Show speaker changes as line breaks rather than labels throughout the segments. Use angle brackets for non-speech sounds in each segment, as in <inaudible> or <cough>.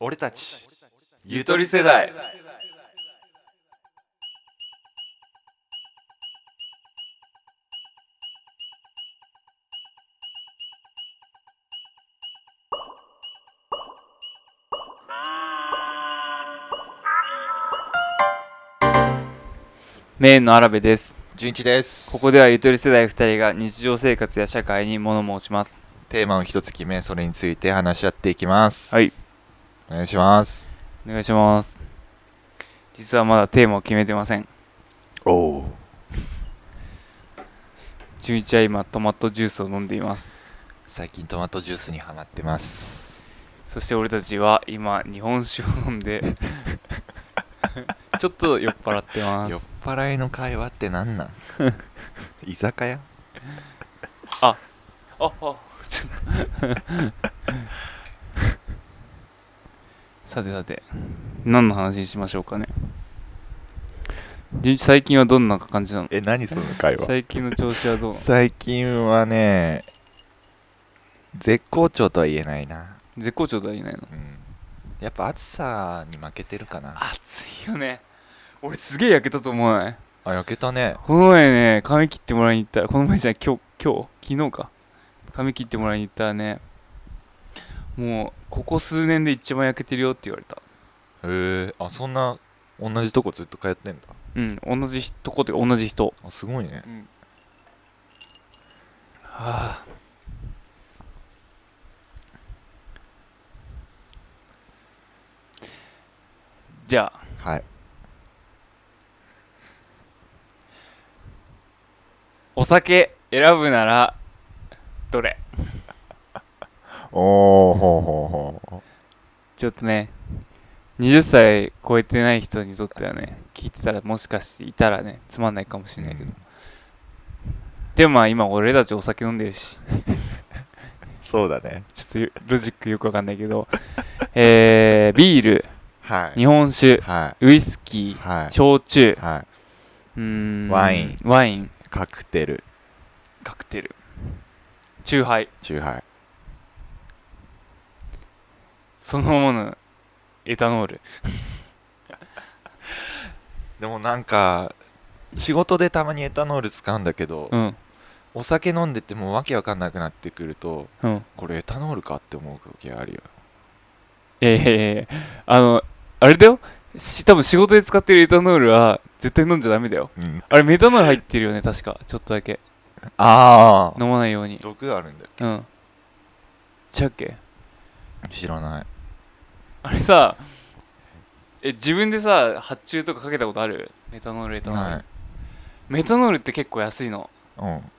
俺たち
ゆとり世代メインのアラベです
純一です
ここではゆとり世代2人が日常生活や社会に物申します
テーマを一つ決めそれについて話し合っていきます
はい
お願いします
お願いします実はまだテーマを決めてません
おお
純一は今トマトジュースを飲んでいます
最近トマトジュースにハマってます
そして俺たちは今日本酒を飲
<laughs>
ん <laughs> でちょっと酔っ払ってます
酔っ払いの会話ってなんなん居酒屋
ああちょっとさてさて何の話にしましょうかね純一最近はどんな感じなの
え何その会話
最近の調子はどう <laughs> なの
最近はね絶好調とは言えないな
絶好調とは言えないの
うんやっぱ暑さに負けてるかな
暑いよね俺すげえ焼けたと思わない
あ焼けたね
この前ね髪切ってもらいに行ったらこの前じゃない今日今日昨日か髪切ってもらいに行ったらねもうここ数年で一番焼けてるよって言われた
へえあそんな同じとこずっと通ってんだ
うん同じ人とこで同じ人
あすごいね
うんはあじゃあ
はい
お酒選ぶならどれ
おおほうほうほう
ちょっとね、20歳超えてない人にとってはね、聞いてたらもしかしていたらね、つまんないかもしれないけど。でもまあ今俺たちお酒飲んでるし、 <laughs>
そうだね
ちょっとロジックよくわかんないけど、えー、ビール、
は
日本酒、
は
ウイスキー、
は
焼酎、
は
うーん
ワイン
ワイン、
いカクテル
カクテル、チューハイ、
チューハイ
そのもののエタノール。
でもなんか仕事でたまにエタノール使うんだけど、
うん、
お酒飲んでてもわけわかんなくなってくると
うん。
これエタノールかって思う時あるよ
いやいやいやいやあの、あれだよ。し多分仕事で使ってるエタノールは絶対飲んじゃダメだよ。
うん
あれメタノール入ってるよね確かちょっとだけ
ああ
飲まないように
毒あるんだよ
うん違うっけ
知らない
あれさえ自分でさ発注とかかけたことあるメタノールエタノール、
はい
メタノールって結構安いの
うん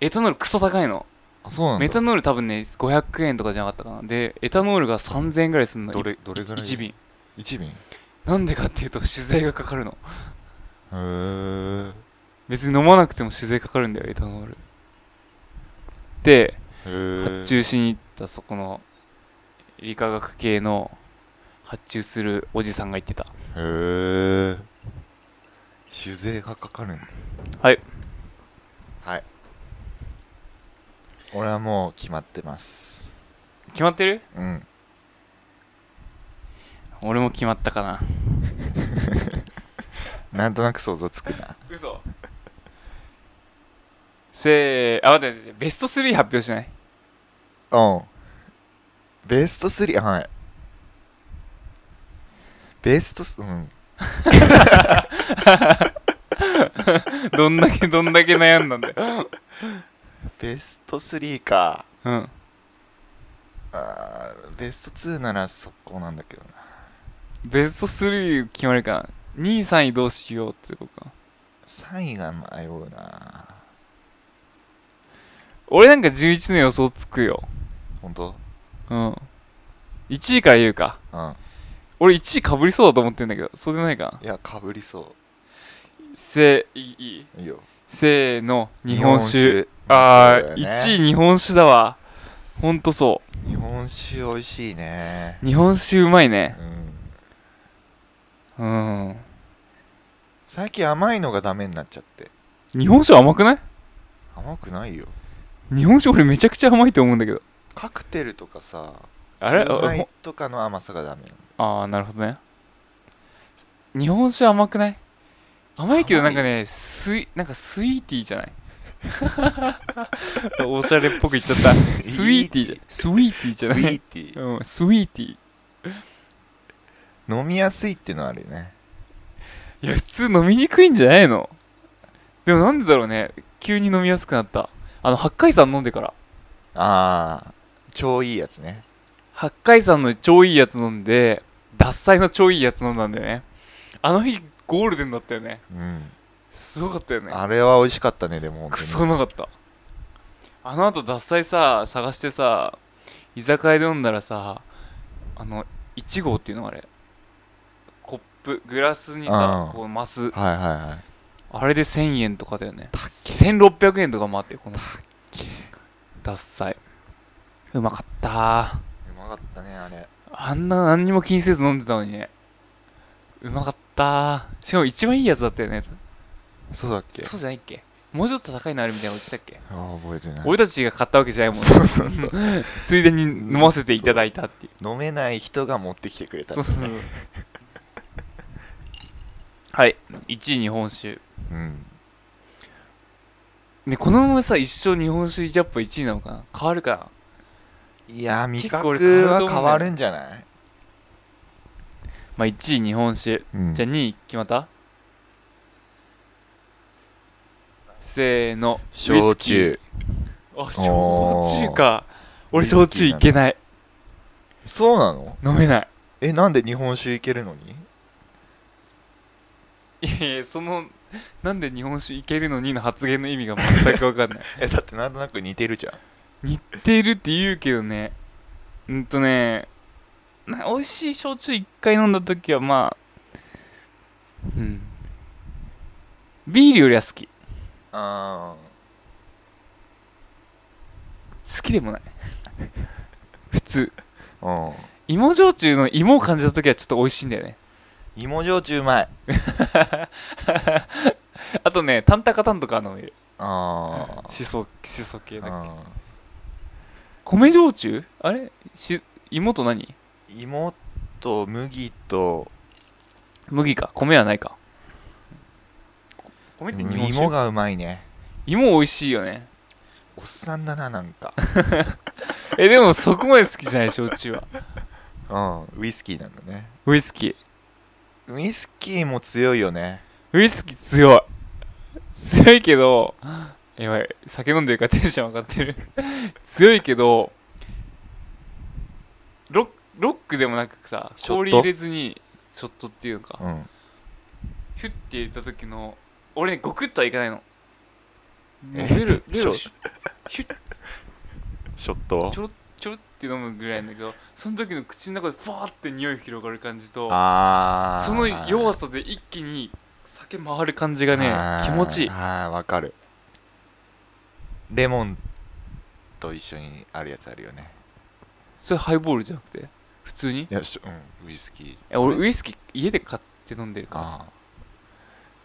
エタノールクソ高いの
あそうなんだ
メタノール多分ね500円とかじゃなかったかなでエタノールが3000円ぐらいするの
どれどれぐらい
1瓶
1瓶へ
なんでかっていうと酒税がかかるの
ー
別に飲まなくても酒税かかるんだよエタノールで
へー
発注しに行ったそこの理化学系の発注するおじさんが言ってた
へえ酒税がかかるんだ
はい
はい俺はもう決まってます
決まってる
うん <laughs>
俺も決まったかな
なんとなく想像つくな
嘘せーあ待って待ってベスト3発表しない
うんベスト3はいベストスうん
どんだけどんだけ悩んだんだよ
ベスト3か
うん
あーベスト2なら速攻なんだけどな
ベスト3決まるかな2位3位どうしようってことか
3位が迷うな
俺なんか11の予想つくよ
本当
うん1位から言うか
うん
俺1位かぶりそうだと思ってんだけどそうでもないかない
やかぶりそ
せーいいいいう
いいよ
せーの日本酒あ
あ
ー、1位日本酒だわほんとそ
日本酒美味しいね
う日本酒うまいね
うん
うん
最近甘いのがダメになっちゃって
日本酒甘くない
甘くないよ
日本酒俺めちゃくちゃ甘いと思うんだけど
カクテルとかさ
あれ
チューハ
あほ
イとかの甘さがダメなんだよ
ああなるほどね日本酒甘くない甘いけどなんかねスイなんかスイーティーじゃない <laughs> おしゃれっぽく言っちゃったスイーティーじゃスイーティーじゃ
スイ
ない
ーティ
うん、スイーティー
ー飲みやすいってのはあるよね
いや普通飲みにくいんじゃないのでもなんでだろうね急に飲みやすくなったあの八海山飲んでから
ああ超いいやつね
八海山の超いいやつ飲んで獺祭の超いいやつ飲んだんだよねあの日ゴールデンだったよね
うん
すごかったよね
あれは美味しかったねでも本当
ク
に
ソうまかったあのあと獺祭さ探してさ居酒屋で飲んだらさあの1号っていうのあれコップグラスにさ
うん
こうマス
はいはいはい
あれで1000円とかだよね1600円とかもあってこの獺祭うまかった
うまかったねあれ
あんな何にも気にせず飲んでたのにねうまかったしかも一番いいやつだったよね
そうだっけ
そうじゃないっけもうちょっと高いのあるみたいなこと言ってたっ
あ
け
ー覚えてない
俺たちが買ったわけじゃないもんね
そうそうそう
ついでに飲ませていただいたっていう
飲めない人が持ってきてくれた
そうそうそうはい1位日本酒
うん
ねこのままさ一生日本酒ジャップ1位なのかな変わるかない
やー味
結
覚
構俺変わると思うんだよね
は変わるんじゃない、
まあ1位日本酒
うん
じゃあ2位決まったせーの
焼酎
ウイスキーあ焼酎か俺焼酎いけない
そうなの
飲めない
えなんで日本酒いけるのに
いやいやそのなんで日本酒いけるのにの発言の意味が全く分かん
<laughs>
ない
えだってなんとなく似てるじゃん
似てるって言うけどねうんとねな美味しい焼酎一回飲んだ時はまあうんビールよりは好き
あ
好き
<laughs>
でもない普通
ーうん
芋焼酎の芋を感じた時はちょっと美味しいんだよね
芋焼酎うまい
あとねタンタカタンとか飲める
あ
しそしそ系
ー
だ
あ
米焼酎あれし芋と何
ー芋と麦と
麦か米はないかこ米って日本酒
芋がうまいね
芋美味しいよね
おっさんだななんか
えでもそこまで好きじゃない焼酎は
<laughs> うんウイスキーなんだね
ウイスキー
ウイスキーも強いよね
ウイスキー強い強いけどやばい酒飲んでるからテンション上がってる強いけどロックロックでもなくさ
ショット
氷入れずにショットっていうか
うん
ヒュッて入れた時の俺ねゴクッとはいかないのも
え
うベルベルを
シ
シュッ
ショット
ちょろちょろって飲むぐらいなんだけどその時の口の中でフワーって匂い広がる感じと
ああ
その弱さで一気に酒回る感じがね気持ちいい
ああわかるレモンと一緒にあるやつあるよね
それハイボールじゃなくて普通に
いやしょうんウイスキー
え俺ウイスキー家で買って飲んでるからさ
ああ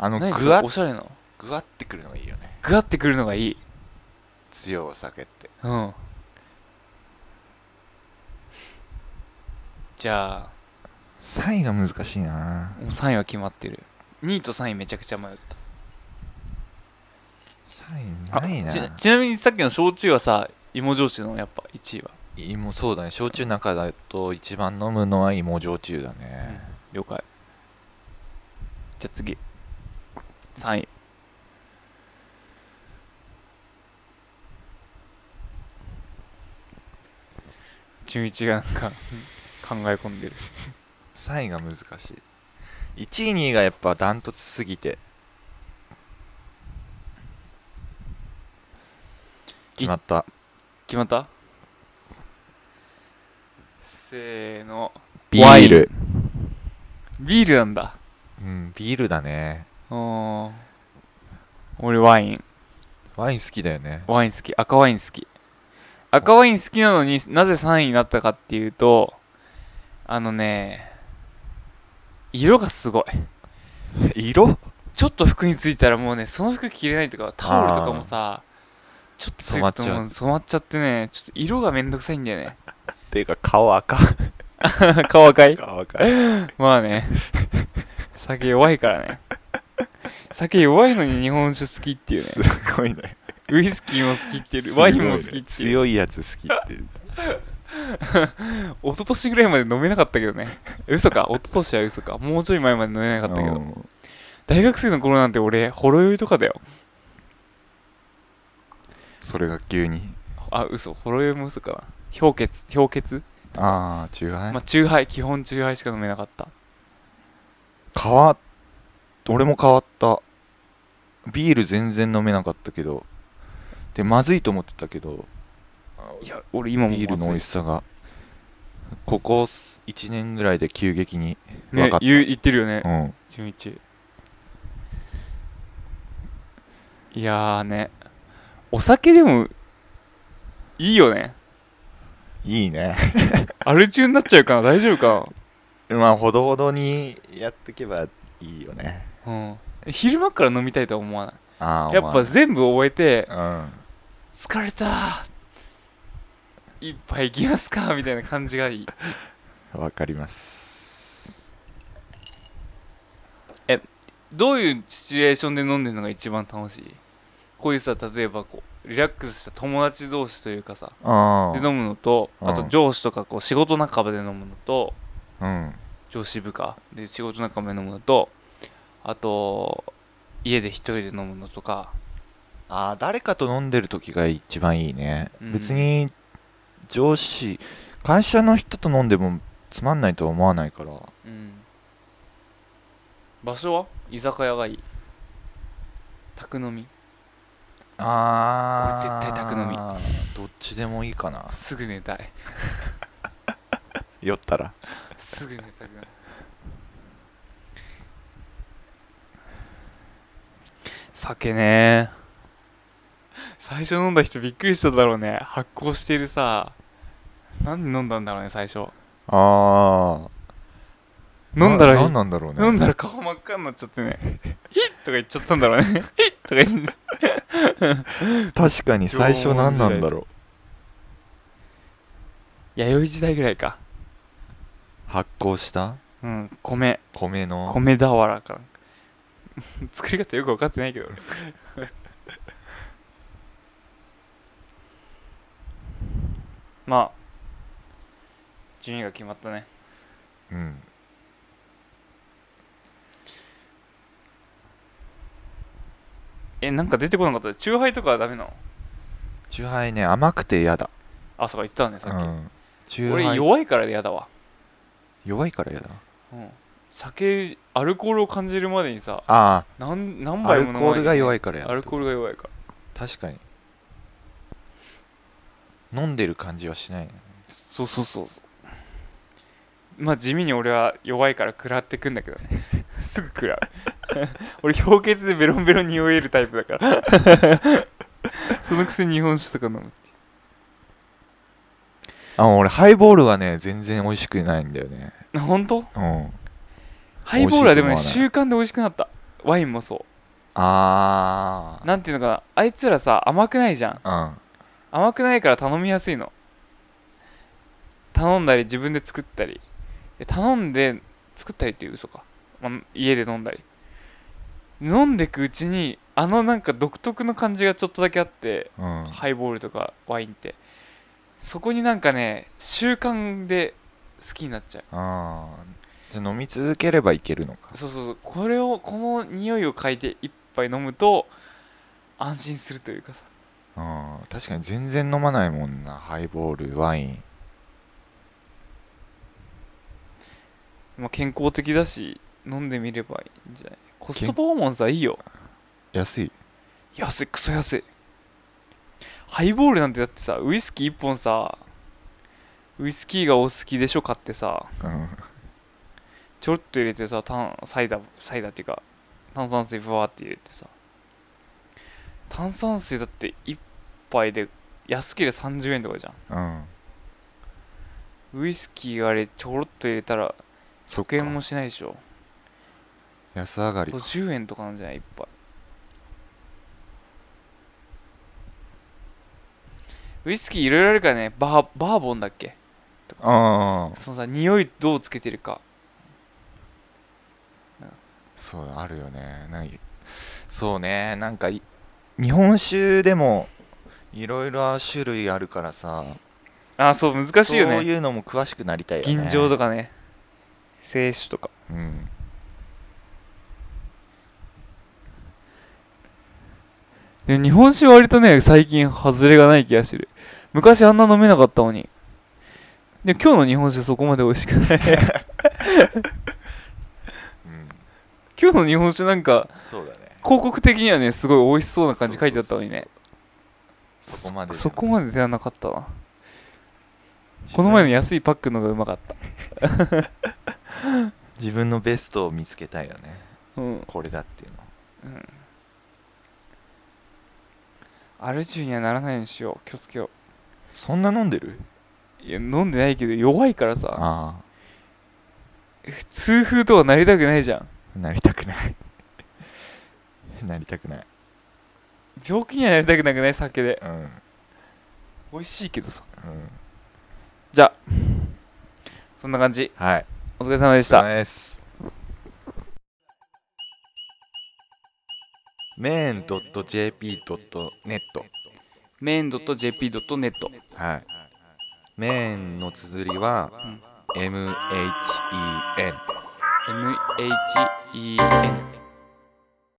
あの
何それ
グワッ
おしゃれなの
グワってくるのがいいよね
グワってくるのがいい
強いお酒って
うんじゃあ
3位が難しいな
もう3位は決まってる2位と3位めちゃくちゃ迷った
3位
あ
ない
ち
な
ちなみにさっきの焼酎はさ芋焼酎のやっぱ1位は
芋そうだね焼酎の中だと一番飲むのは芋焼酎だね、
了解じゃあ次3位純一がなんか考え込んでる
3位が難しい1位2位がやっぱダントツすぎて決まった
決まったせーの
ビール
ビールなんだ
うんビールだね
うーん俺ワイン
ワイン好きだよね
ワイン好き赤ワイン好き赤ワイン好きなのになぜ3位になったかっていうとあのね色がすごい
色
ちょっと服についたらもうねその服着れないとかタオルとかもさちょっと <laughs> ついてもう染まっちゃってねちょっと色がめんどくさいんだよね
っていうか顔赤
顔赤い
顔赤い
<laughs> まあね酒弱いからね酒弱いのに日本酒好きっていうね
すごいね
ウイスキーも好きってい
す
う
ご
ワ
い
イ
ね
ンも好きっていう
強いやつ好きって言った
一昨年ぐらいまで飲めなかったけどね <laughs> 嘘か一昨年は嘘かもうちょい前まで飲めなかったけ
う
ど
ん
大学生の頃なんて俺ほろ酔いとかだよ
それが急に
あ嘘ほろ酔いも嘘かな氷結氷結
ああ中
まあ
杯
中杯基本中杯しか飲めなかった
変わっ俺も変わったビール全然飲めなかったけどでまずいと思ってたけど
いや俺今も
ビールの美味し
し
さがここ1年ぐらいで急激に分
ね
かった
言う言ってるよね
うん
純一いやーねお酒でもいいよね
いいね
アル中になっちゃうかな大丈夫か
<laughs> まあほどほどにやっとけばいいよね
なうん昼間から飲みたいとは思わな
ああ
いやっぱ全部終えて
うん
疲れたー一杯いきますかみたいな感じがいい
わかります
どういうシチュエーションで飲んでるのが一番楽しいこういうさ例えばこうリラックスした友達同士というかさ
あ
で
あ
飲むのと
うん
あと上司とかこう仕事仲間で飲むのと
うん
上司部下で仕事仲間で飲むのとあと家で一人で飲むのとか
ああ誰かと飲んでる時が一番いいね、
うん
別に上司会社の人と飲んでもつまんないとは思わないから
うん場所は居酒屋がいい宅飲み
あ
ー俺絶対宅飲み
どっちでもいいかな
すぐ寝たい
酔ったら
すぐ寝たくなる酒ね最初飲んだ人びっくりしただろうね発酵してるさなんで飲んだんだろうね最初
ああ
飲んだら
何なんだろうね
飲んだら顔真っ赤になっちゃってね <laughs> 「ヒッ!」とか言っちゃったんだろうね「ヒッ!」とか言って
確かに最初何なんだろう
弥生時代ぐらいか
発酵した
うん米
米の
米俵から <laughs> 作り方よく分かってないけど <laughs> 俺まあ順位が決まったね
うん
えなんか出てこなかったチューハイとかはダメなの
チューハイね甘くて嫌だ
あそうか言ってたねさっき、
うんチューハ
俺
イ
弱いから嫌だわ、
弱いから嫌だ
うん、酒アルコールを感じるまでにさ
あ
何何
あア
杯も
ル
飲まなきゃ
コールが弱
い
いから
け
嫌だ
ないアルコールが弱いから
確かに飲んでる感じはしないね
そうそうそうそうまあ地味に俺は弱いから食らってくんだけどね <laughs> すぐ食らう俺氷結でベロンベロンに酔えるタイプだから <laughs> そのくせに日本酒とか飲むっていう
あ俺ハイボールはね全然美味しくないんだよね
あ本当
うん
ハイボールはで
美
もね
味しいと
習慣で美味しくなったワインもそ
あ
うなんていうのかなあいつらさ甘くないじゃん
あうん
甘くないから頼みやすいの頼んだり自分で作ったりで頼んで作ったりっていう嘘か、まあ家で飲んだり飲んでくうちにあのなんか独特の感じがちょっとだけあって
うん、
ハイボールとかワインってそこになんかね習慣で好きになっちゃ
あーじゃあ飲み続ければいけるのか
うそうそうそうこれをこの匂いを嗅いで一杯飲むと安心するというかさ
うん確かに全然飲まないもんなハイボールワイン
まあ健康的だし飲んでみればいいんじゃないコストパフォーマンスはいいよ
安い
安いクソ安いハイボールなんてだってさウイスキー1本さウイスキーがお好きでしょ買ってさ
うん
ちょろっと入れてさ炭サイダーサイダーっていうか炭酸水ふわーって入れてさ炭酸水だって1杯で安ければ30円とかじゃ
うん
んウイスキーがあれちょろっと入れたら
そっ
100
か
円もしないでしょ
安上がり
50円とかなんじゃないいっぱいウイスキーいろいろあるからねバーバーボンだっけとか
ああ
そのさ匂いどうつけてるか
そうあるよねなんかそうねなんかい日本酒でもいろいろ種類あるからさ
あーそう難しいよ
そう
ね
いうのも詳しくなりたいよね
吟醸と
か、
かね清酒とか
うん、
でも日本酒は割とね最近外れがない気がしてる昔あんな飲めなかったのにで今日の日本酒そこまで美味しくない <laughs>
うん、
今日の日本酒なんか
そうだね
広告的にはねすごい美味しそうな感じ書いてあったのにね
そこまで
そこまでではなかったなこの前の
の
安いパックの方がうまかった
自分のベストを見つけたいよね
うん
これだっていうの
アル中にはならないようにしよう気をつけよ
そんな飲んでる
ういや飲んでないけど弱いからさ
あ
普通風とはなりたくないじゃん
あなりたくない <laughs> なりたくない
病気にはなりたくなくない酒で
うん
美味しいけどさ
うん
じゃあそんな感じ
はい
お疲れ様で
し
した
ですメーン .jp.net
メイン .jp.net
はいメーンの綴りは、MHEN
MHEN